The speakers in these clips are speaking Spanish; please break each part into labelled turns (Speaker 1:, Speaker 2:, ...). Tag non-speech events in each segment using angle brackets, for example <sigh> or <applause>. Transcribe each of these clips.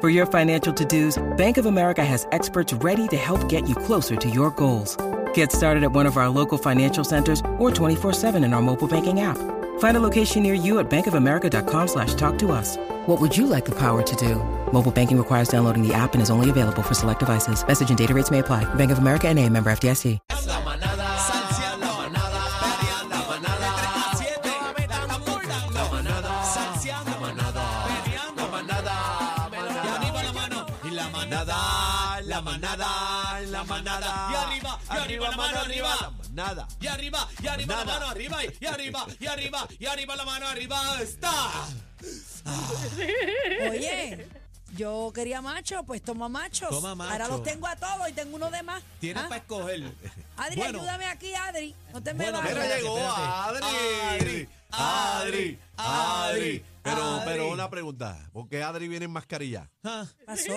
Speaker 1: For your financial to-dos, Bank of America has experts ready to help get you closer to your goals. Get started at one of our local financial centers or 24-7 in our mobile banking app. Find a location near you at bankofamerica.com slash talk to us. What would you like the power to do? Mobile banking requires downloading the app and is only available for select devices. Message and data rates may apply. Bank of America and a member FDIC.
Speaker 2: La manada, la manada, la manada, la manada, la manada, la manada, y arriba la mano, y la manada, la manada, la manada, y arriba, y arriba la mano, arriba, nada, y arriba, y arriba la mano, arriba, y arriba, y arriba, y arriba la mano, arriba, está.
Speaker 3: Oye, yo quería macho, pues toma macho.
Speaker 2: Toma macho.
Speaker 3: Ahora los tengo a todos y tengo uno de más.
Speaker 2: Tienes
Speaker 3: ¿Ah?
Speaker 2: para escoger.
Speaker 3: Adri, ayúdame aquí, Adri. No te
Speaker 2: Bueno,
Speaker 3: me
Speaker 2: pero
Speaker 3: vayas.
Speaker 2: llegó Adri. Adri, Adri.
Speaker 4: Pero,
Speaker 2: Adri.
Speaker 4: pero una pregunta, ¿por qué Adri viene en mascarilla?
Speaker 2: Ah,
Speaker 3: Pasó.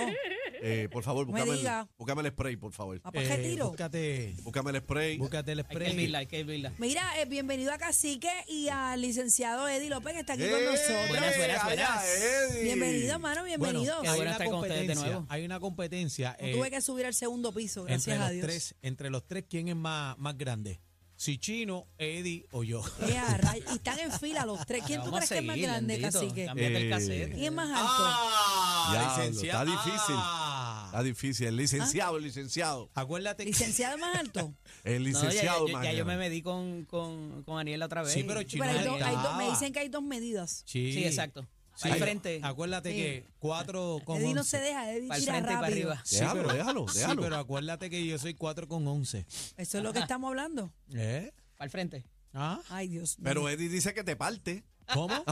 Speaker 4: Eh, por favor,
Speaker 3: No me
Speaker 4: búscame,
Speaker 3: diga. Ah.
Speaker 4: el, búscame el spray, por favor.
Speaker 3: Papá, ¿qué
Speaker 5: Eh,
Speaker 3: tiro?
Speaker 5: Búscate,
Speaker 4: Búscame el spray.
Speaker 5: búscate el
Speaker 6: Hay que
Speaker 5: spray.
Speaker 6: hervirla, hay que hervirla.
Speaker 3: Mira, eh, bienvenido a Cacique y al licenciado Eddie López que está aquí con
Speaker 4: ¡Eh!
Speaker 3: nosotros.
Speaker 6: Buenas, buenas, buenas.
Speaker 4: allá, Eddie.
Speaker 3: Bienvenido, mano, bienvenido.
Speaker 6: qué bueno
Speaker 5: hay,
Speaker 6: estar
Speaker 5: una
Speaker 6: con ustedes de
Speaker 5: competencia,
Speaker 6: nuevo.
Speaker 5: hay una competencia
Speaker 3: No
Speaker 5: eh,
Speaker 3: tuve que subir al segundo piso,
Speaker 5: entre,
Speaker 3: gracias
Speaker 5: los
Speaker 3: a Dios. <laughs>
Speaker 5: tres, entre los tres, ¿quién es más, más grande? Si Chino, Eddie o
Speaker 6: <laughs>
Speaker 5: yo.
Speaker 3: Eh, a ray- y están en fila los tres. ¿Quién tú
Speaker 6: Vamos a
Speaker 3: crees que es más
Speaker 6: seguir,
Speaker 3: grande,
Speaker 6: bendito.
Speaker 3: Cacique?
Speaker 6: Cámbiate el
Speaker 4: Eh,
Speaker 3: ¿Quién
Speaker 6: cassette.
Speaker 3: es más alto?
Speaker 2: Ah,
Speaker 4: Diablo,
Speaker 2: licenciado.
Speaker 4: está difícil.
Speaker 2: Ah.
Speaker 4: Está difícil, el licenciado, el licenciado.
Speaker 5: Acuérdate que...
Speaker 3: ¿Licenciado más alto?
Speaker 4: El
Speaker 6: No, ya-
Speaker 4: licenciado,
Speaker 6: ya, ya,
Speaker 4: man.
Speaker 6: yo me medí con, con, con Aniel la otra vez.
Speaker 5: Sí, pero
Speaker 3: Sí,
Speaker 5: Chino
Speaker 3: eh. pero hay
Speaker 5: es
Speaker 3: dos- hay dos- me
Speaker 5: alcaba.
Speaker 3: dicen que hay dos medidas.
Speaker 5: Sí,
Speaker 6: Sí, exacto.
Speaker 5: Sí,
Speaker 6: Al frente.
Speaker 5: Acuérdate
Speaker 3: Sí.
Speaker 5: que cuatro con
Speaker 3: Eddie no
Speaker 5: once.
Speaker 3: se deja, Eddie
Speaker 6: Para el
Speaker 3: tira
Speaker 6: frente y para
Speaker 3: rápido.
Speaker 6: arriba.
Speaker 5: Sí,
Speaker 4: Déjalo,
Speaker 5: pero,
Speaker 4: déjalo,
Speaker 5: sí,
Speaker 4: déjalo.
Speaker 5: pero acuérdate que yo soy cuatro con once.
Speaker 3: Eso es lo que estamos hablando.
Speaker 5: ¿Eh?
Speaker 6: Para el frente.
Speaker 5: ¿Ah?
Speaker 3: Ay, Dios mío.
Speaker 4: Pero Eddie dice que te
Speaker 6: <laughs>
Speaker 4: parte. <laughs> Ah.
Speaker 5: ¿Cómo?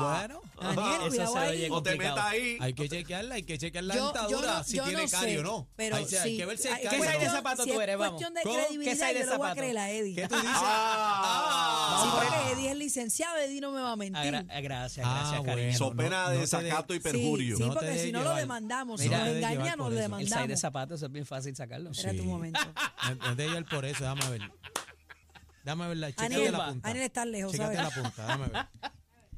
Speaker 5: bueno,
Speaker 3: Daniel,
Speaker 6: Eso
Speaker 3: cuidado
Speaker 6: se
Speaker 3: ahí.
Speaker 6: oye
Speaker 4: No te
Speaker 6: complicado.
Speaker 4: metas ahí.
Speaker 5: hay que chequearla, hay que chequear la
Speaker 3: Yo-
Speaker 5: dentadura,
Speaker 3: yo
Speaker 5: si
Speaker 3: yo
Speaker 5: tiene
Speaker 3: sé,
Speaker 5: cario o no.
Speaker 3: Pero
Speaker 5: hay, que- hay
Speaker 3: sí.
Speaker 5: que ver si hay
Speaker 3: Ay, pues
Speaker 6: ¿Qué
Speaker 5: cario
Speaker 6: size
Speaker 5: o
Speaker 6: de
Speaker 5: no.
Speaker 6: zapato
Speaker 3: si
Speaker 6: tú
Speaker 3: es
Speaker 6: eres? Vamos.
Speaker 3: cuestión de
Speaker 6: ¿Cómo? ¿Qué
Speaker 3: credibilidad,
Speaker 6: size de
Speaker 3: yo le voy a
Speaker 6: zapato?
Speaker 3: creer a Eddie.
Speaker 5: ¿Qué tú dices?
Speaker 3: Sí,
Speaker 4: Ah.
Speaker 3: porque Eddie es licenciado, Eddie no me va a mentir.
Speaker 6: Ah, gra- ah, gracias,
Speaker 5: Ah,
Speaker 6: gracias,
Speaker 5: bueno.
Speaker 6: cariño.
Speaker 4: So
Speaker 5: no,
Speaker 4: pena
Speaker 5: no
Speaker 4: de
Speaker 5: te
Speaker 4: desacato y
Speaker 3: Sí,
Speaker 4: perjurio.
Speaker 3: Sí,
Speaker 5: No te
Speaker 3: porque
Speaker 5: dejes
Speaker 3: si no lo
Speaker 5: llevar.
Speaker 3: demandamos, si
Speaker 5: Mira, no
Speaker 3: nos
Speaker 5: te dejes
Speaker 3: engañan,
Speaker 5: llevar
Speaker 3: nos
Speaker 5: por
Speaker 3: lo
Speaker 5: eso.
Speaker 6: El size de
Speaker 3: demandamos.
Speaker 6: zapatos es bien fácil sacarlo.
Speaker 3: Espera tu
Speaker 5: Sí.
Speaker 3: momento.
Speaker 5: <laughs> No te llevar por eso, déjame ver. Déjame ver la
Speaker 3: Aniel,
Speaker 5: la punta.
Speaker 3: Aniel está lejos,
Speaker 5: Chécate
Speaker 3: ¿sabes?
Speaker 5: la punta, déjame ver.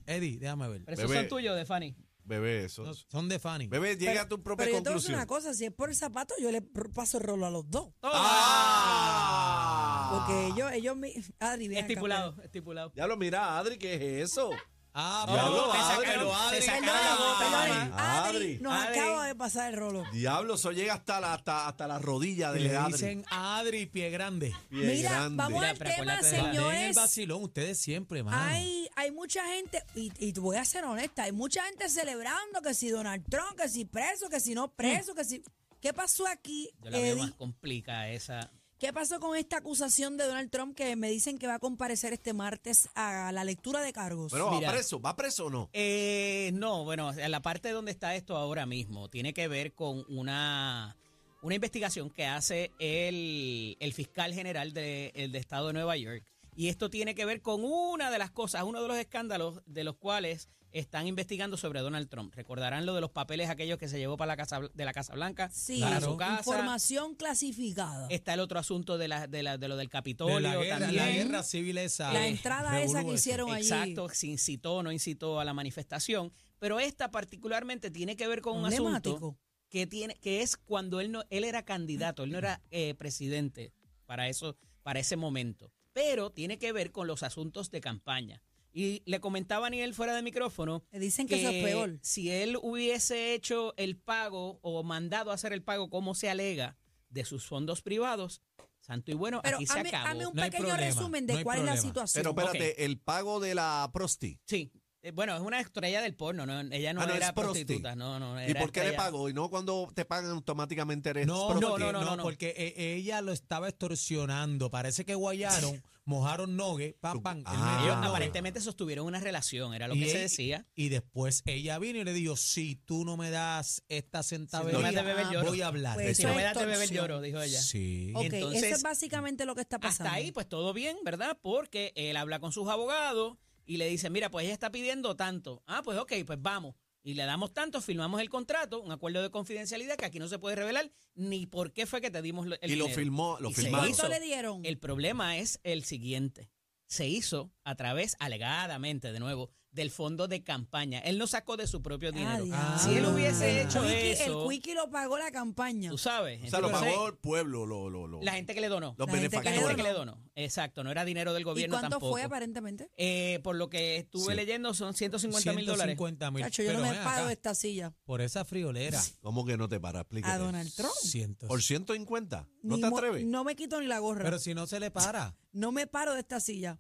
Speaker 5: Eddie, déjame ver.
Speaker 6: Pero esos
Speaker 4: Bebé.
Speaker 6: son tuyos de Fanny.
Speaker 4: Bebé, eso.
Speaker 5: No, son de Fanny.
Speaker 4: Bebé, llega a tu propia
Speaker 3: Pero yo te voy a decir
Speaker 4: conclusión.
Speaker 3: una cosa, si es por el zapato, yo le pr- paso el rolo a los dos.
Speaker 4: Ah.
Speaker 3: Porque ellos, ellos me... Adri, ven acá,
Speaker 6: Estipulado, estipulado.
Speaker 4: Ya lo mira, Adri, ¿qué es eso?
Speaker 5: Ah,
Speaker 4: Diablo,
Speaker 6: te
Speaker 4: Adri,
Speaker 6: sacaron,
Speaker 4: pero Adri,
Speaker 6: te
Speaker 3: espérate.
Speaker 6: sacaron la
Speaker 3: Perdóname,
Speaker 6: gota,
Speaker 3: perdóname.
Speaker 6: mami.
Speaker 3: Adri,
Speaker 4: Adri.
Speaker 3: nos
Speaker 6: Adri.
Speaker 3: acaba de pasar el rolo.
Speaker 4: Diablo, eso llega hasta la, hasta, hasta la rodilla
Speaker 5: pero-
Speaker 4: de
Speaker 5: le
Speaker 4: Adri.
Speaker 5: dicen a Adri pie grande.
Speaker 4: Pie
Speaker 3: Mira,
Speaker 4: grande.
Speaker 3: vamos al
Speaker 6: Mira, pero
Speaker 3: tema,
Speaker 6: acuérdate de la-
Speaker 5: Den el
Speaker 3: señores.
Speaker 5: vacilón ustedes siempre, mano.
Speaker 3: Hay, hay mucha gente, y, y voy a ser honesta, hay mucha gente celebrando que si Donald Trump, que si preso, que si no preso, que si... ¿Qué pasó aquí,
Speaker 6: Yo la veo
Speaker 3: Eddie?
Speaker 6: más complicada esa.
Speaker 3: ¿Qué pasó con esta acusación de Donald Trump que me dicen que va a comparecer este martes a la lectura de cargos?
Speaker 4: Pero va
Speaker 6: Mira.
Speaker 4: preso, va preso o no.
Speaker 6: Eh, no, bueno, o sea, la parte donde está esto ahora mismo tiene que ver con una, una investigación que hace el, el fiscal general de, el de Estado de Nueva York. Y esto tiene que ver con una de las cosas, uno de los escándalos de los cuales están investigando sobre Donald Trump. Recordarán lo de los papeles aquellos que se llevó para la casa Bl- de la Casa Blanca
Speaker 3: sí,
Speaker 6: para
Speaker 5: claro.
Speaker 6: su casa.
Speaker 3: información clasificada.
Speaker 6: Está el otro asunto de, la, de, la- de lo del Capitolio
Speaker 5: de la guerra,
Speaker 6: también.
Speaker 5: la guerra civil esa.
Speaker 3: la
Speaker 5: eh,
Speaker 3: entrada esa
Speaker 5: revolú
Speaker 3: que
Speaker 5: ese.
Speaker 3: hicieron allí.
Speaker 6: Exacto, si incitó o no incitó a la manifestación. Pero esta particularmente tiene que ver con un asunto
Speaker 3: Problemático.
Speaker 6: que tiene, que es cuando él no, él era candidato, él no era eh, presidente para eso, para ese momento. Pero tiene que ver con los asuntos de campaña. Y le comentaba a Niel fuera de micrófono
Speaker 3: Me Dicen que,
Speaker 6: que
Speaker 3: eso es peor.
Speaker 6: si él hubiese hecho el pago o mandado a hacer el pago como se alega de sus fondos privados, santo y bueno,
Speaker 3: Pero
Speaker 6: aquí se
Speaker 3: hazme,
Speaker 6: acabó.
Speaker 3: hazme un
Speaker 5: No hay
Speaker 3: pequeño
Speaker 5: problema,
Speaker 3: resumen
Speaker 5: no
Speaker 3: de
Speaker 5: hay
Speaker 3: cuál es la
Speaker 5: problema.
Speaker 3: situación.
Speaker 4: Pero espérate, el pago de la prosti.
Speaker 6: Sí, Eh, Bueno, es una estrella del porno, no, ella no,
Speaker 4: Ah, no,
Speaker 6: era
Speaker 4: es prosti.
Speaker 6: prostituta, no, no.
Speaker 4: ¿Y
Speaker 6: era
Speaker 4: por qué le
Speaker 6: estrella.
Speaker 4: pagó? Y no cuando te pagan automáticamente eres
Speaker 5: No,
Speaker 4: prosti.
Speaker 5: no, no, no,
Speaker 6: no, no.
Speaker 5: porque e- ella lo estaba extorsionando. Parece que guayaron, mojaron nogue, pam, pam. él
Speaker 4: Ah.
Speaker 5: metió
Speaker 6: Ellos
Speaker 5: nogue.
Speaker 6: aparentemente sostuvieron una relación, era lo
Speaker 5: Y
Speaker 6: que se
Speaker 5: él-
Speaker 6: decía.
Speaker 5: Y después ella vino y le dijo, si tú no me das esta centavera,
Speaker 6: me das de
Speaker 4: ah,
Speaker 6: beber, lloro".
Speaker 5: voy a hablar.
Speaker 3: Pues
Speaker 6: Si
Speaker 3: Eso
Speaker 6: no
Speaker 3: es
Speaker 6: me das de beber
Speaker 3: extorsión.
Speaker 6: lloro, dijo ella.
Speaker 5: Sí. Oh,
Speaker 3: Ok,
Speaker 6: entonces,
Speaker 3: eso es básicamente lo que está pasando.
Speaker 6: Hasta ahí, pues todo bien, ¿verdad? Porque él habla con sus abogados y le dice, mira, pues ella está pidiendo tanto. Ah, pues ok, pues vamos. Y le damos tanto, firmamos el contrato, un acuerdo de confidencialidad que aquí no se puede revelar ni por qué fue que te dimos lo- el
Speaker 4: Y lo
Speaker 6: dinero.
Speaker 4: filmó, lo
Speaker 6: Y se
Speaker 4: filmaron.
Speaker 3: ¿Cuánto le dieron?
Speaker 6: pues, El problema es el siguiente. Se hizo a través, alegadamente, de nuevo, del fondo de campaña. Él no sacó de su propio dinero. Ah.
Speaker 3: diablo.
Speaker 6: si él hubiese
Speaker 3: El
Speaker 6: hecho
Speaker 3: quickie-
Speaker 6: eso-
Speaker 3: El quickie lo pagó la campaña.
Speaker 6: Tú sabes.
Speaker 4: O sea, lo
Speaker 6: Entonces,
Speaker 4: pagó el pueblo, lo, lo, lo-
Speaker 6: La gente que le donó.
Speaker 4: los
Speaker 3: La gente que
Speaker 6: La gente que
Speaker 4: benefactores.
Speaker 6: le donó. Exacto, no era dinero del
Speaker 3: ¿Y
Speaker 6: gobierno
Speaker 3: cuánto
Speaker 6: tampoco.
Speaker 3: fue aparentemente?
Speaker 6: Eh, por lo que estuve
Speaker 4: Sí.
Speaker 6: leyendo, son 150 mil dólares.
Speaker 5: 150 mil.
Speaker 3: Chacho, yo
Speaker 5: Pero
Speaker 3: no me
Speaker 5: ven
Speaker 3: paro
Speaker 5: acá,
Speaker 3: de esta silla.
Speaker 5: Por esa friolera.
Speaker 4: Ah, ¿Cómo que no te para? Explícate.
Speaker 3: A Donald Trump.
Speaker 5: 100.
Speaker 4: ¿Por 150? ¿No
Speaker 3: Ni
Speaker 4: te
Speaker 3: mo-
Speaker 4: atreves?
Speaker 3: No me quito ni la gorra.
Speaker 5: Pero si no se le para.
Speaker 3: no me paro de esta
Speaker 6: <laughs>
Speaker 3: silla.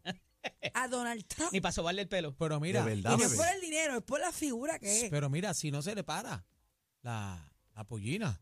Speaker 3: A Donald Trump.
Speaker 6: Ni para sobarle el pelo.
Speaker 5: Pero mira,
Speaker 4: De verdad.
Speaker 3: Y no
Speaker 4: Dame,
Speaker 3: es por el dinero, es por la figura que es.
Speaker 5: pero mira, si no se le para la, la pollina,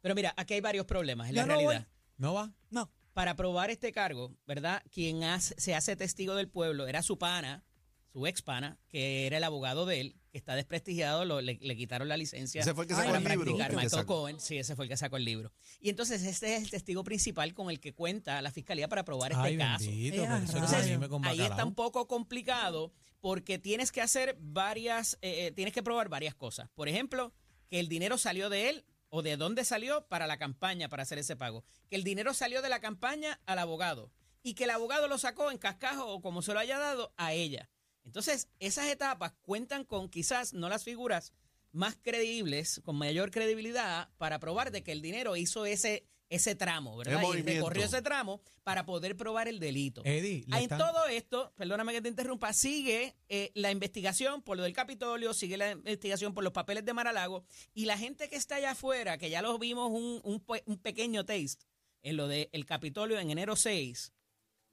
Speaker 6: Pero mira, aquí hay varios problemas en
Speaker 3: Yo
Speaker 6: la
Speaker 3: no voy.
Speaker 6: realidad.
Speaker 5: ¿no va?
Speaker 3: No.
Speaker 6: Para aprobar este cargo, ¿verdad? Quien hace- se hace testigo del pueblo era su pana, su ex pana, que era el abogado de él, que está desprestigiado, lo- le, le quitaron la licencia. Ah,
Speaker 4: Ese fue el que
Speaker 3: Ay,
Speaker 4: sacó
Speaker 6: para
Speaker 4: el libro.
Speaker 6: practicar
Speaker 4: el que
Speaker 6: Michael
Speaker 4: sacó.
Speaker 6: Cohen. Sí, ese fue el que sacó el libro. Y entonces este es el testigo principal con el que cuenta la fiscalía para probar este
Speaker 5: Ay,
Speaker 6: caso.
Speaker 5: bendito,
Speaker 3: Ella
Speaker 5: pero eso no
Speaker 3: raya.
Speaker 5: se me con
Speaker 6: Ahí
Speaker 5: bacalao.
Speaker 6: está un poco complicado porque tienes que hacer varias, eh, eh, tienes que probar varias cosas. Por ejemplo, que el dinero salió de él o de dónde salió para la campaña, para hacer ese pago. Que el dinero salió de la campaña al abogado y que el abogado lo sacó en cascajo o como se lo haya dado a ella. Entonces, esas etapas cuentan con quizás no las figuras más creíbles, con mayor credibilidad, para probar de que el dinero hizo ese, ese tramo, ¿verdad? Y
Speaker 4: movimiento.
Speaker 6: recorrió ese tramo para poder probar el delito.
Speaker 5: Eddie, le
Speaker 6: Ah, En
Speaker 5: están-
Speaker 6: todo esto, perdóname que te interrumpa, sigue eh, la investigación por lo del Capitolio, sigue la investigación por los papeles de Maralago y la gente que está allá afuera, que ya los vimos un, un pe- un pequeño taste en lo del Capitolio en enero 6,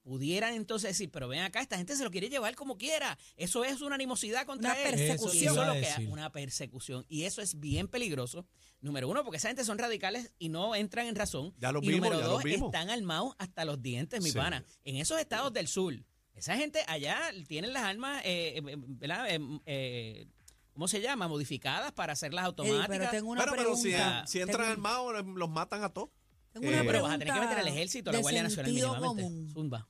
Speaker 6: pudieran entonces decir, pero ven acá, esta gente se lo quiere llevar como quiera, eso es una animosidad contra
Speaker 3: Una
Speaker 6: él".
Speaker 3: persecución.
Speaker 6: Y eso es lo
Speaker 5: Eso te iba a
Speaker 6: que-
Speaker 5: decir.
Speaker 6: una persecución. Y eso es bien peligroso. Número uno, porque esa gente son radicales y no entran en razón.
Speaker 4: Ya lo
Speaker 6: y
Speaker 4: vimos,
Speaker 6: número
Speaker 4: ya lo
Speaker 6: dos,
Speaker 4: vimos.
Speaker 6: están armados hasta los dientes, mi
Speaker 4: Sí.
Speaker 6: pana. En esos estados del sur, esa gente allá tienen las armas, eh, eh, ¿verdad? Eh, eh, ¿cómo se llama? Modificadas para hacerlas
Speaker 3: Eddie,
Speaker 6: automáticas.
Speaker 3: pero tengo una
Speaker 4: Bueno, pero
Speaker 3: pregunta.
Speaker 4: si, si
Speaker 3: Tengo-
Speaker 4: entran armados, los matan a todos.
Speaker 3: Tengo una
Speaker 4: eh,
Speaker 6: Pero
Speaker 3: pregunta
Speaker 6: vas a tener que meter al ejército, a la
Speaker 3: de
Speaker 6: Guardia Nacional
Speaker 3: sentido
Speaker 6: mínimamente.
Speaker 3: común.
Speaker 6: Zumba.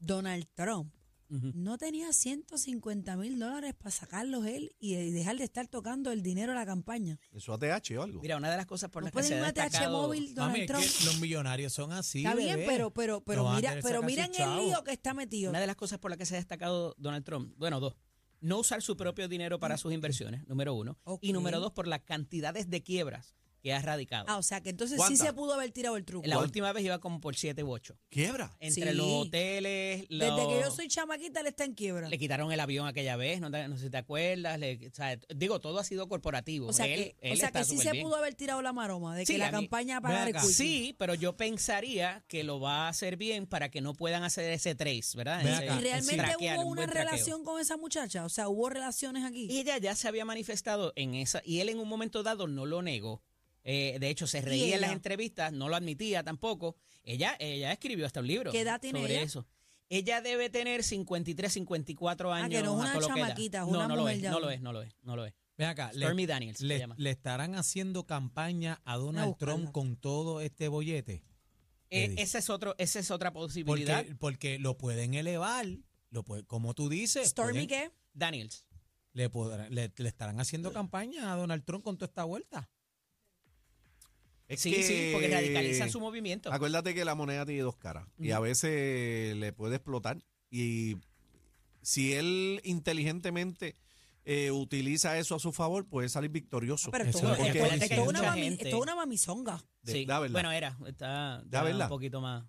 Speaker 3: Donald Trump
Speaker 6: Ujú.
Speaker 3: no tenía 150 mil dólares para sacarlos él y y dejar de estar tocando el dinero a la campaña.
Speaker 4: Eso ATH o algo.
Speaker 6: Mira, una de las cosas por
Speaker 3: No
Speaker 6: las que
Speaker 3: pueden
Speaker 6: se
Speaker 3: ir
Speaker 6: ha
Speaker 3: a TH
Speaker 6: destacado...
Speaker 3: móvil,
Speaker 5: Mami,
Speaker 3: Donald
Speaker 5: es
Speaker 3: Trump.
Speaker 5: que los millonarios son así.
Speaker 3: Está bien,
Speaker 5: bebé.
Speaker 3: pero, pues, pero, pero
Speaker 5: No van a
Speaker 3: mira,
Speaker 5: querer
Speaker 3: pero
Speaker 5: sacar
Speaker 3: miren
Speaker 5: su
Speaker 3: el
Speaker 5: chavo.
Speaker 3: lío que está metido.
Speaker 6: Una de las cosas por las que se ha destacado Donald Trump, bueno, dos, no usar su propio dinero para sus inversiones, número uno,
Speaker 3: Ok.
Speaker 6: y número dos, por las cantidades de quiebras que ha erradicado.
Speaker 3: Ah, o sea que entonces sí
Speaker 4: ¿Cuántas?
Speaker 3: se pudo haber tirado el truco.
Speaker 6: La
Speaker 4: ¿cuál?
Speaker 6: última vez iba como por siete u ocho.
Speaker 4: Quiebra.
Speaker 6: Entre
Speaker 3: Sí.
Speaker 6: los hoteles,
Speaker 3: Desde
Speaker 6: los-
Speaker 3: que yo soy chamaquita, le está en quiebra.
Speaker 6: le quitaron el avión aquella vez, no, te- no sé si te acuerdas. le- o sea, digo, todo ha sido corporativo.
Speaker 3: O sea,
Speaker 6: Él-
Speaker 3: que, o
Speaker 6: él
Speaker 3: sea
Speaker 6: está
Speaker 3: que sí se
Speaker 6: superbién.
Speaker 3: pudo haber tirado la maroma de
Speaker 6: Sí,
Speaker 3: que la
Speaker 6: a mí-
Speaker 3: campaña
Speaker 5: Ven
Speaker 3: para el
Speaker 5: acá.
Speaker 3: quickie.
Speaker 6: Sí, pero yo pensaría que lo va a hacer bien para que no puedan hacer ese trace, ¿verdad?
Speaker 5: Ven
Speaker 6: Ese-
Speaker 5: acá.
Speaker 3: ¿Y realmente
Speaker 6: traquear,
Speaker 3: hubo
Speaker 6: un
Speaker 3: una
Speaker 6: buen traqueo.
Speaker 3: relación con esa muchacha? O sea, ¿hubo relaciones aquí?
Speaker 6: Y ella ya se había manifestado en esa, y él en un momento dado no lo negó. Eh, de hecho, se reía en las
Speaker 3: ella?
Speaker 6: entrevistas, no lo admitía tampoco. Ella, ella escribió hasta un libro
Speaker 3: ¿Qué edad tiene
Speaker 6: sobre
Speaker 3: ella?
Speaker 6: eso. Ella debe tener 53, 54 años.
Speaker 3: Ah, que no es
Speaker 6: a
Speaker 3: una
Speaker 6: todo lo que da.
Speaker 3: chamaquita, es
Speaker 6: no,
Speaker 3: una
Speaker 6: no lo
Speaker 3: mujer
Speaker 6: es,
Speaker 3: ya. eh,
Speaker 6: no lo es, no lo es, no lo es.
Speaker 5: Ven acá, le,
Speaker 6: Stormy Daniels se
Speaker 5: le-
Speaker 6: llama.
Speaker 5: le estarán haciendo campaña a Donald
Speaker 3: buscarla.
Speaker 5: Trump con todo este bollete.
Speaker 6: Eh,
Speaker 5: Eddie.
Speaker 6: esa es otro, esa es otra posibilidad.
Speaker 5: Porque, porque lo pueden elevar, lo puede- como tú dices.
Speaker 3: ¿Stormy qué?
Speaker 5: pueden-
Speaker 6: Daniels.
Speaker 5: le, podrán- le- le estarán haciendo campaña a Donald Trump con toda esta vuelta.
Speaker 4: Es
Speaker 6: sí,
Speaker 4: que-
Speaker 6: sí, porque radicalizan su movimiento.
Speaker 4: Acuérdate que la moneda tiene dos caras y a veces le puede explotar. Y si él inteligentemente eh, utiliza eso a su favor, puede salir victorioso.
Speaker 3: Ah, pero esto
Speaker 5: Eso es
Speaker 3: esto-
Speaker 5: lo que
Speaker 3: esto-
Speaker 5: dice
Speaker 3: esto es una
Speaker 6: mucha
Speaker 3: mami-
Speaker 6: gente.
Speaker 3: esto es una mamizonga.
Speaker 4: De-
Speaker 6: Sí.
Speaker 4: da verdad.
Speaker 6: Bueno, era, está,
Speaker 4: Da
Speaker 6: está
Speaker 4: verdad.
Speaker 6: un poquito más.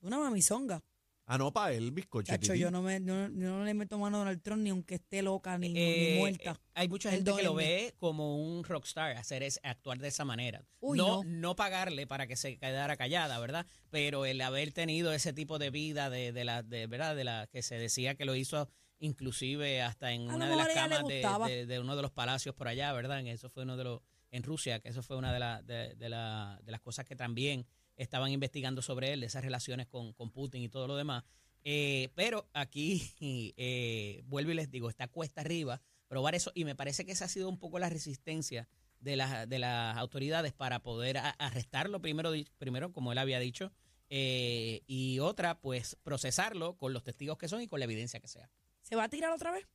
Speaker 3: Una mamizonga.
Speaker 4: ah, no, para él, bizcocho.
Speaker 3: Chacho,
Speaker 4: tití.
Speaker 3: yo no, me, no, yo no le meto mano a Donald Trump ni aunque esté loca ni, ni
Speaker 6: Eh,
Speaker 3: muerta.
Speaker 6: Hay mucha
Speaker 3: El
Speaker 6: gente que lo
Speaker 3: duende.
Speaker 6: ve como un rockstar, hacer es actuar de esa manera.
Speaker 3: Uy, no.
Speaker 6: no, no pagarle para que se quedara callada, ¿verdad? Pero el haber tenido ese tipo de vida de, de la, de, ¿verdad? De la que se decía que lo hizo inclusive hasta en
Speaker 3: A lo
Speaker 6: una de las
Speaker 3: mejor a ella le
Speaker 6: camas de,
Speaker 3: gustaba.
Speaker 6: de- de uno de los palacios por allá, ¿verdad? En eso fue uno de los en Rusia, que eso fue una de, la- de- de la- de las cosas que también estaban investigando sobre él, de esas relaciones con, con Putin y todo lo demás. Eh, pero aquí <laughs> eh, vuelvo y les digo, está cuesta arriba probar eso y me parece que esa ha sido un poco la resistencia de las, de las autoridades para poder a- arrestarlo primero, di- primero, como él había dicho, eh, y otra, pues procesarlo con los testigos que son y con la evidencia que sea.
Speaker 3: ¿Se va a tirar otra vez?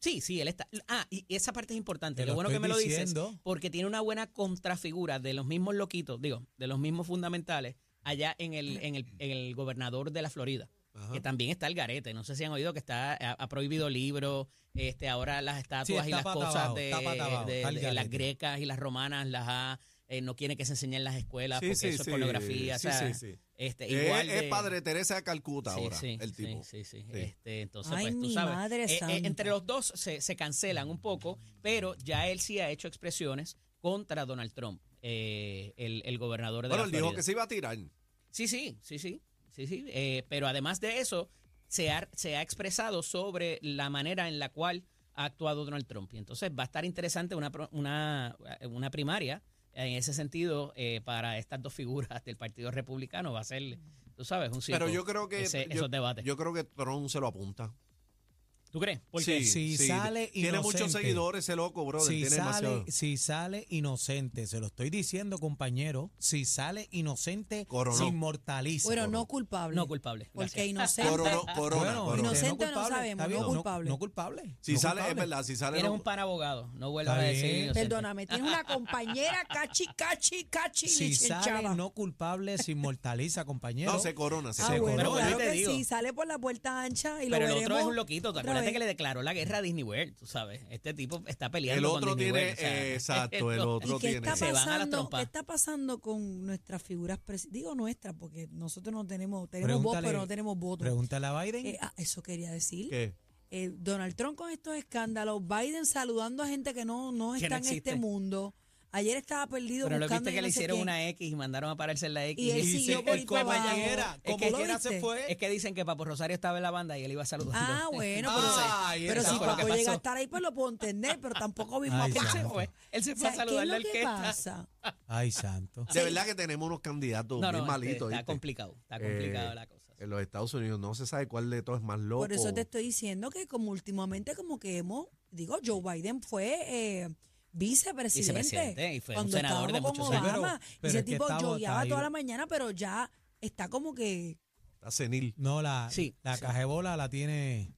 Speaker 6: Sí, sí, él está. Ah, y esa parte es importante.
Speaker 5: Te
Speaker 6: Lo
Speaker 5: lo
Speaker 6: bueno
Speaker 5: estoy
Speaker 6: que me lo dices,
Speaker 5: diciendo.
Speaker 6: porque tiene una buena contrafigura de los mismos loquitos, digo, de los mismos fundamentales, allá en el, en el, en el gobernador de la Florida.
Speaker 4: Ajá.
Speaker 6: Que también está el garete, no sé si han oído que está ha, ha prohibido libros, este ahora las estatuas y
Speaker 5: está
Speaker 6: las
Speaker 5: pata
Speaker 6: cosas
Speaker 5: abajo,
Speaker 6: de,
Speaker 5: está pata abajo,
Speaker 6: de-
Speaker 5: está el
Speaker 6: de las
Speaker 5: garete.
Speaker 6: grecas y las romanas las ha, eh, no quiere que se enseñen en las escuelas porque eso es pornografía,
Speaker 4: sí,
Speaker 6: o sea,
Speaker 4: sí, sí.
Speaker 6: Este,
Speaker 5: Eh,
Speaker 4: Es-
Speaker 6: igual
Speaker 4: es
Speaker 6: de-
Speaker 4: padre Teresa de Calcuta
Speaker 6: Sí,
Speaker 4: ahora,
Speaker 6: sí,
Speaker 4: el
Speaker 6: sí,
Speaker 4: tipo.
Speaker 6: Sí, sí,
Speaker 4: Sí.
Speaker 6: Este, entonces,
Speaker 3: Ay,
Speaker 6: pues tú
Speaker 3: mi
Speaker 6: sabes.
Speaker 3: madre santa.
Speaker 6: entre los dos se, se cancelan un poco, pero ya él sí ha hecho expresiones contra Donald Trump, eh, el, el gobernador de
Speaker 4: Bueno,
Speaker 6: la
Speaker 4: él dijo
Speaker 6: Florida.
Speaker 4: que se iba a tirar.
Speaker 6: Sí, sí, sí, sí, sí, sí. eh, pero además de eso, se ha, se ha expresado sobre la manera en la cual ha actuado Donald Trump. Y entonces va a estar interesante una, pro- una, una primaria en ese sentido eh, para estas dos figuras del Partido Republicano. Va a ser, tú sabes, un circo,
Speaker 4: Pero yo creo que
Speaker 6: pues, ese-
Speaker 4: yo,
Speaker 6: esos debates.
Speaker 4: yo creo que Trump se lo apunta.
Speaker 6: ¿Tú crees?
Speaker 4: Sí,
Speaker 5: Si
Speaker 4: sí.
Speaker 5: sale
Speaker 4: Tiene muchos
Speaker 5: inocente.
Speaker 4: seguidores ese loco, brother.
Speaker 5: Si
Speaker 4: tiene demasiado.
Speaker 5: sale, si sale inocente, se lo estoy diciendo, compañero, si sale inocente,
Speaker 4: Coronó.
Speaker 5: se inmortaliza.
Speaker 3: Bueno, no culpable.
Speaker 6: No culpable.
Speaker 3: Porque
Speaker 6: gracias.
Speaker 3: inocente.
Speaker 4: Corona, corona,
Speaker 5: Bueno,
Speaker 4: corona.
Speaker 5: este,
Speaker 3: Inocente no
Speaker 5: culpable,
Speaker 3: sabemos,
Speaker 5: está bien,
Speaker 3: no culpable.
Speaker 5: No, culpable.
Speaker 4: Si
Speaker 5: no
Speaker 4: sale,
Speaker 5: culpable.
Speaker 4: es verdad, si sale.
Speaker 6: Tienes
Speaker 4: no-
Speaker 6: un pan abogado. No vuelvas a
Speaker 5: Está
Speaker 6: decir
Speaker 5: bien.
Speaker 6: inocente.
Speaker 3: Perdóname, tiene una compañera cachi, cachi, cachi,
Speaker 5: Si sale
Speaker 3: lichenchada.
Speaker 5: no culpable, se inmortaliza, compañero.
Speaker 4: no, se corona, se,
Speaker 3: Ah,
Speaker 4: se
Speaker 3: bueno,
Speaker 4: corona.
Speaker 6: Pero bueno,
Speaker 3: claro
Speaker 6: yo te
Speaker 3: que
Speaker 6: digo.
Speaker 3: sí, sale por la puerta ancha y
Speaker 6: Pero
Speaker 3: lo
Speaker 6: el otro
Speaker 3: veremos
Speaker 6: es un loquito.
Speaker 3: otra
Speaker 6: ¿Te acuerdas
Speaker 3: vez.
Speaker 6: que le declaró la guerra a Disney World? Tú sabes, este tipo está
Speaker 4: El
Speaker 6: peleando con
Speaker 4: otro
Speaker 6: Disney
Speaker 4: tiene, eh,
Speaker 6: World, o sea, <laughs>
Speaker 4: exacto, el
Speaker 6: no.
Speaker 4: otro
Speaker 3: ¿Y qué
Speaker 4: tiene.
Speaker 3: está,
Speaker 6: Se van a las
Speaker 3: pasando,
Speaker 6: trompas.
Speaker 3: qué está pasando con nuestras figuras? presi- Digo nuestras, porque nosotros no tenemos, tenemos voz,
Speaker 5: Pregúntale-
Speaker 3: pero no tenemos voto.
Speaker 5: Pregúntale a Biden.
Speaker 3: Eh, ah, eso quería decir.
Speaker 4: ¿Qué?
Speaker 3: Eh, Donald Trump con estos escándalos, Biden saludando a gente que no, no
Speaker 6: Que no
Speaker 3: está en
Speaker 6: existe.
Speaker 3: este mundo. Ayer estaba perdido
Speaker 6: Pero lo
Speaker 3: buscando
Speaker 6: viste
Speaker 3: yo
Speaker 6: que le
Speaker 3: no sé
Speaker 6: hicieron
Speaker 3: quién.
Speaker 6: una X y mandaron a pararse en la X.
Speaker 3: Y
Speaker 6: <laughs>
Speaker 3: él
Speaker 6: dice-
Speaker 3: siguió
Speaker 6: el
Speaker 3: por ahí para
Speaker 6: compañero-
Speaker 3: abajo.
Speaker 6: era,
Speaker 3: Es
Speaker 6: como
Speaker 3: que-
Speaker 6: lo
Speaker 5: quiera se
Speaker 3: viste?
Speaker 6: <laughs>
Speaker 5: fue.
Speaker 6: Es que dicen que Papo Rosario estaba en la banda y él iba saludando. <laughs>
Speaker 3: Ah, bueno, pero,
Speaker 6: Entonces,
Speaker 5: Ay,
Speaker 3: pero
Speaker 6: eso
Speaker 3: si
Speaker 6: fue lo que
Speaker 3: Paco llega a
Speaker 6: pasó.
Speaker 3: estar ahí, pues lo puedo entender, pero tampoco vi
Speaker 5: Ay,
Speaker 3: Paco.
Speaker 6: Él se
Speaker 5: santo.
Speaker 6: fue. Él se
Speaker 3: O
Speaker 6: fue
Speaker 3: sea,
Speaker 6: a
Speaker 3: ¿Qué es
Speaker 6: saludar
Speaker 3: lo
Speaker 6: al
Speaker 3: que
Speaker 6: que está.
Speaker 3: pasa?
Speaker 6: ah.
Speaker 5: Ay, santo.
Speaker 4: De verdad que tenemos unos candidatos
Speaker 6: No,
Speaker 4: bien
Speaker 6: no, este,
Speaker 4: malitos.
Speaker 6: está
Speaker 4: ¿viste?
Speaker 6: complicado. Está complicado
Speaker 4: Eh,
Speaker 6: la cosa.
Speaker 4: En los Estados Unidos no se sabe cuál de todos es más loco.
Speaker 3: Por eso te estoy diciendo que como últimamente como que hemos, digo, Joe Biden fue eh, vicepresidente,
Speaker 6: Vicepresidente, y fue un
Speaker 3: cuando
Speaker 6: senador de
Speaker 3: estábamos
Speaker 6: muchos
Speaker 3: con
Speaker 5: años. Pero-
Speaker 3: Obama,
Speaker 5: pero
Speaker 3: ese
Speaker 5: es que
Speaker 3: tipo
Speaker 5: está
Speaker 3: jogueaba
Speaker 5: botado.
Speaker 3: toda la mañana, pero ya está como que
Speaker 4: Está senil.
Speaker 5: No, la,
Speaker 6: Sí,
Speaker 5: la
Speaker 6: sí.
Speaker 5: cajebola la tiene.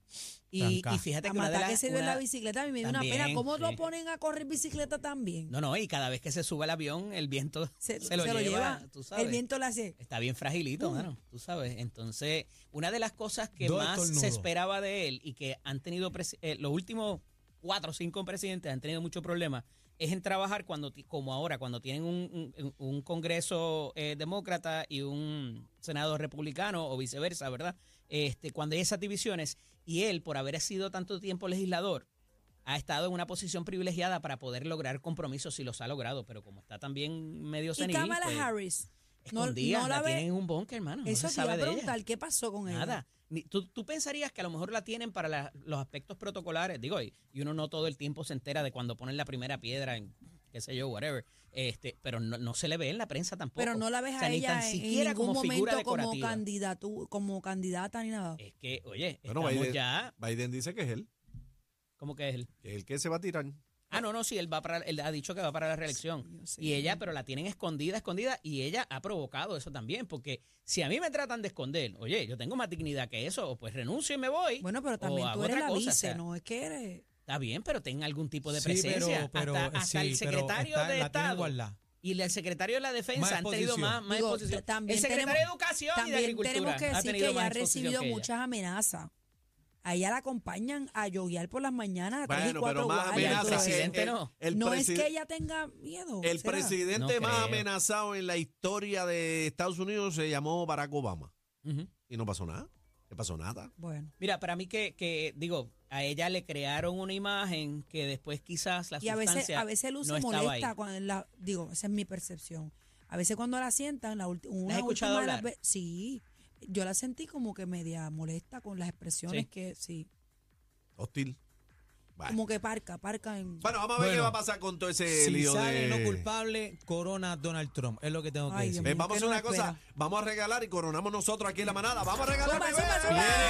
Speaker 6: Y,
Speaker 5: Tranca.
Speaker 6: y fíjate
Speaker 3: a
Speaker 6: que una de
Speaker 3: matar
Speaker 6: las...
Speaker 3: que se dio en
Speaker 6: una-
Speaker 3: la bicicleta, a mí me dio una pena,
Speaker 6: También,
Speaker 3: ¿cómo
Speaker 6: sí.
Speaker 3: lo ponen a correr bicicleta también?
Speaker 6: No, no, y cada vez que se sube al avión, el viento se, lo, lleva, tú sabes.
Speaker 3: el viento le hace...
Speaker 6: Está bien fragilito,
Speaker 3: Pum.
Speaker 6: mano, tú sabes. Entonces, una de las cosas que
Speaker 5: Dos
Speaker 6: más se
Speaker 5: estornudos.
Speaker 6: esperaba de él y que han tenido presi- eh, los últimos cuatro o cinco presidentes han tenido mucho problema es en trabajar cuando, ti- como ahora, cuando tienen un, un- un congreso eh, demócrata y un senado republicano o viceversa, ¿verdad? Este, cuando hay esas divisiones y él, por haber sido tanto tiempo legislador, ha estado en una posición privilegiada para poder lograr compromisos y los ha logrado, pero como está también medio
Speaker 3: Y
Speaker 6: senil,
Speaker 3: Kamala
Speaker 6: pues,
Speaker 3: Harris, no,
Speaker 6: escondida,
Speaker 3: no
Speaker 6: la,
Speaker 3: la ve-
Speaker 6: tienen en un búnker, hermano. no
Speaker 3: eso
Speaker 6: se
Speaker 3: te iba
Speaker 6: sabe
Speaker 3: a
Speaker 6: de ella.
Speaker 3: preguntar, ¿qué pasó con ella?
Speaker 6: Nada. Ni- ¿Tú, tú pensarías que a lo mejor la tienen para la- los aspectos protocolares, digo, y, y uno no todo el tiempo se entera de cuando ponen la primera piedra en qué sé yo, whatever, este, pero no, no se le ve en la prensa tampoco.
Speaker 3: Pero no la ves
Speaker 6: O sea,
Speaker 3: a
Speaker 6: ni
Speaker 3: ella
Speaker 6: tan
Speaker 3: en-
Speaker 6: siquiera
Speaker 3: en ningún
Speaker 6: como figura
Speaker 3: momento como,
Speaker 6: decorativa.
Speaker 3: candidatu- como candidata ni nada.
Speaker 6: Es que, oye,
Speaker 4: Bueno,
Speaker 6: estamos
Speaker 4: Biden-
Speaker 6: ya,
Speaker 4: Biden dice que es él,
Speaker 6: como que es el...
Speaker 4: que es el que se va a tirar.
Speaker 6: Ah, no, no, sí, él va para, él ha dicho que va para la reelección.
Speaker 3: Dios
Speaker 6: Y
Speaker 3: mío.
Speaker 6: ella, pero la tienen escondida, escondida, y ella ha provocado eso también, porque si a mí me tratan de esconder, oye, yo tengo más dignidad que eso, o pues renuncio y me voy.
Speaker 3: Bueno, pero
Speaker 6: o
Speaker 3: también tú
Speaker 6: hago
Speaker 3: eres la
Speaker 6: otra cosa, o
Speaker 3: vice,
Speaker 6: sea,
Speaker 3: ¿no? Es que eres...
Speaker 6: Está bien, pero ten algún tipo de
Speaker 5: Sí, pero-
Speaker 6: presencia.
Speaker 5: pero,
Speaker 6: hasta hasta
Speaker 5: sí,
Speaker 6: el
Speaker 5: pero
Speaker 6: secretario
Speaker 5: está- la
Speaker 6: de
Speaker 5: tienen
Speaker 6: Estado
Speaker 5: guardada.
Speaker 6: y el secretario de la
Speaker 5: Más
Speaker 6: Defensa han tenido
Speaker 5: exposición.
Speaker 6: más, más
Speaker 3: Digo,
Speaker 6: exposición.
Speaker 3: t- también
Speaker 6: el secretario
Speaker 3: tenemos-
Speaker 6: de Educación y de
Speaker 3: También
Speaker 6: Agricultura
Speaker 3: tenemos que
Speaker 6: ha
Speaker 3: decir que
Speaker 6: tenido
Speaker 3: ella
Speaker 6: más
Speaker 3: ha
Speaker 6: exposición
Speaker 3: recibido
Speaker 6: que ella.
Speaker 3: muchas amenazas. A ella la acompañan a yoguear por las mañanas a tres y
Speaker 4: Bueno,
Speaker 3: cuatro
Speaker 4: pero más
Speaker 3: guardias,
Speaker 4: amenaza.
Speaker 6: amenazas,
Speaker 3: entonces,
Speaker 6: presidente
Speaker 4: el- el-
Speaker 6: no.
Speaker 4: el
Speaker 3: no es
Speaker 4: presi-
Speaker 3: que ella tenga miedo.
Speaker 4: El
Speaker 3: ¿será?
Speaker 4: presidente
Speaker 6: No
Speaker 4: más
Speaker 6: creo.
Speaker 4: amenazado en la historia de Estados Unidos se llamó Barack Obama.
Speaker 6: Ujú.
Speaker 4: Y no pasó nada. No pasó nada.
Speaker 3: Bueno.
Speaker 6: Mira, para mí que, que, digo, a ella le crearon una imagen que después quizás la
Speaker 3: Y a veces,
Speaker 6: sustancia
Speaker 3: a veces Luz
Speaker 6: no
Speaker 3: se
Speaker 6: estaba
Speaker 3: molesta
Speaker 6: ahí.
Speaker 3: cuando la, digo, esa es mi percepción. A veces cuando la sientan, la ulti- una
Speaker 6: has escuchado
Speaker 3: última de las
Speaker 6: hablar?
Speaker 3: ve- sí. Yo la sentí como que media molesta con las expresiones
Speaker 6: Sí.
Speaker 3: que sí.
Speaker 4: Hostil. Vale.
Speaker 3: Como que parca, parca en.
Speaker 4: Bueno, vamos a ver
Speaker 5: Bueno,
Speaker 4: qué va a pasar con todo ese
Speaker 5: si
Speaker 4: lío
Speaker 5: sale
Speaker 4: de.
Speaker 5: no culpable, corona Donald Trump. Es lo que tengo que
Speaker 3: Ay,
Speaker 5: decir.
Speaker 3: Dios
Speaker 4: Ven,
Speaker 3: mío,
Speaker 4: vamos a
Speaker 3: ¿qué
Speaker 4: hacer una
Speaker 3: nos
Speaker 4: cosa.
Speaker 3: espera?
Speaker 4: Vamos a regalar y coronamos nosotros aquí en la manada. Vamos a regalar.
Speaker 3: Zumba, zumba,
Speaker 4: bebé.
Speaker 3: zumba.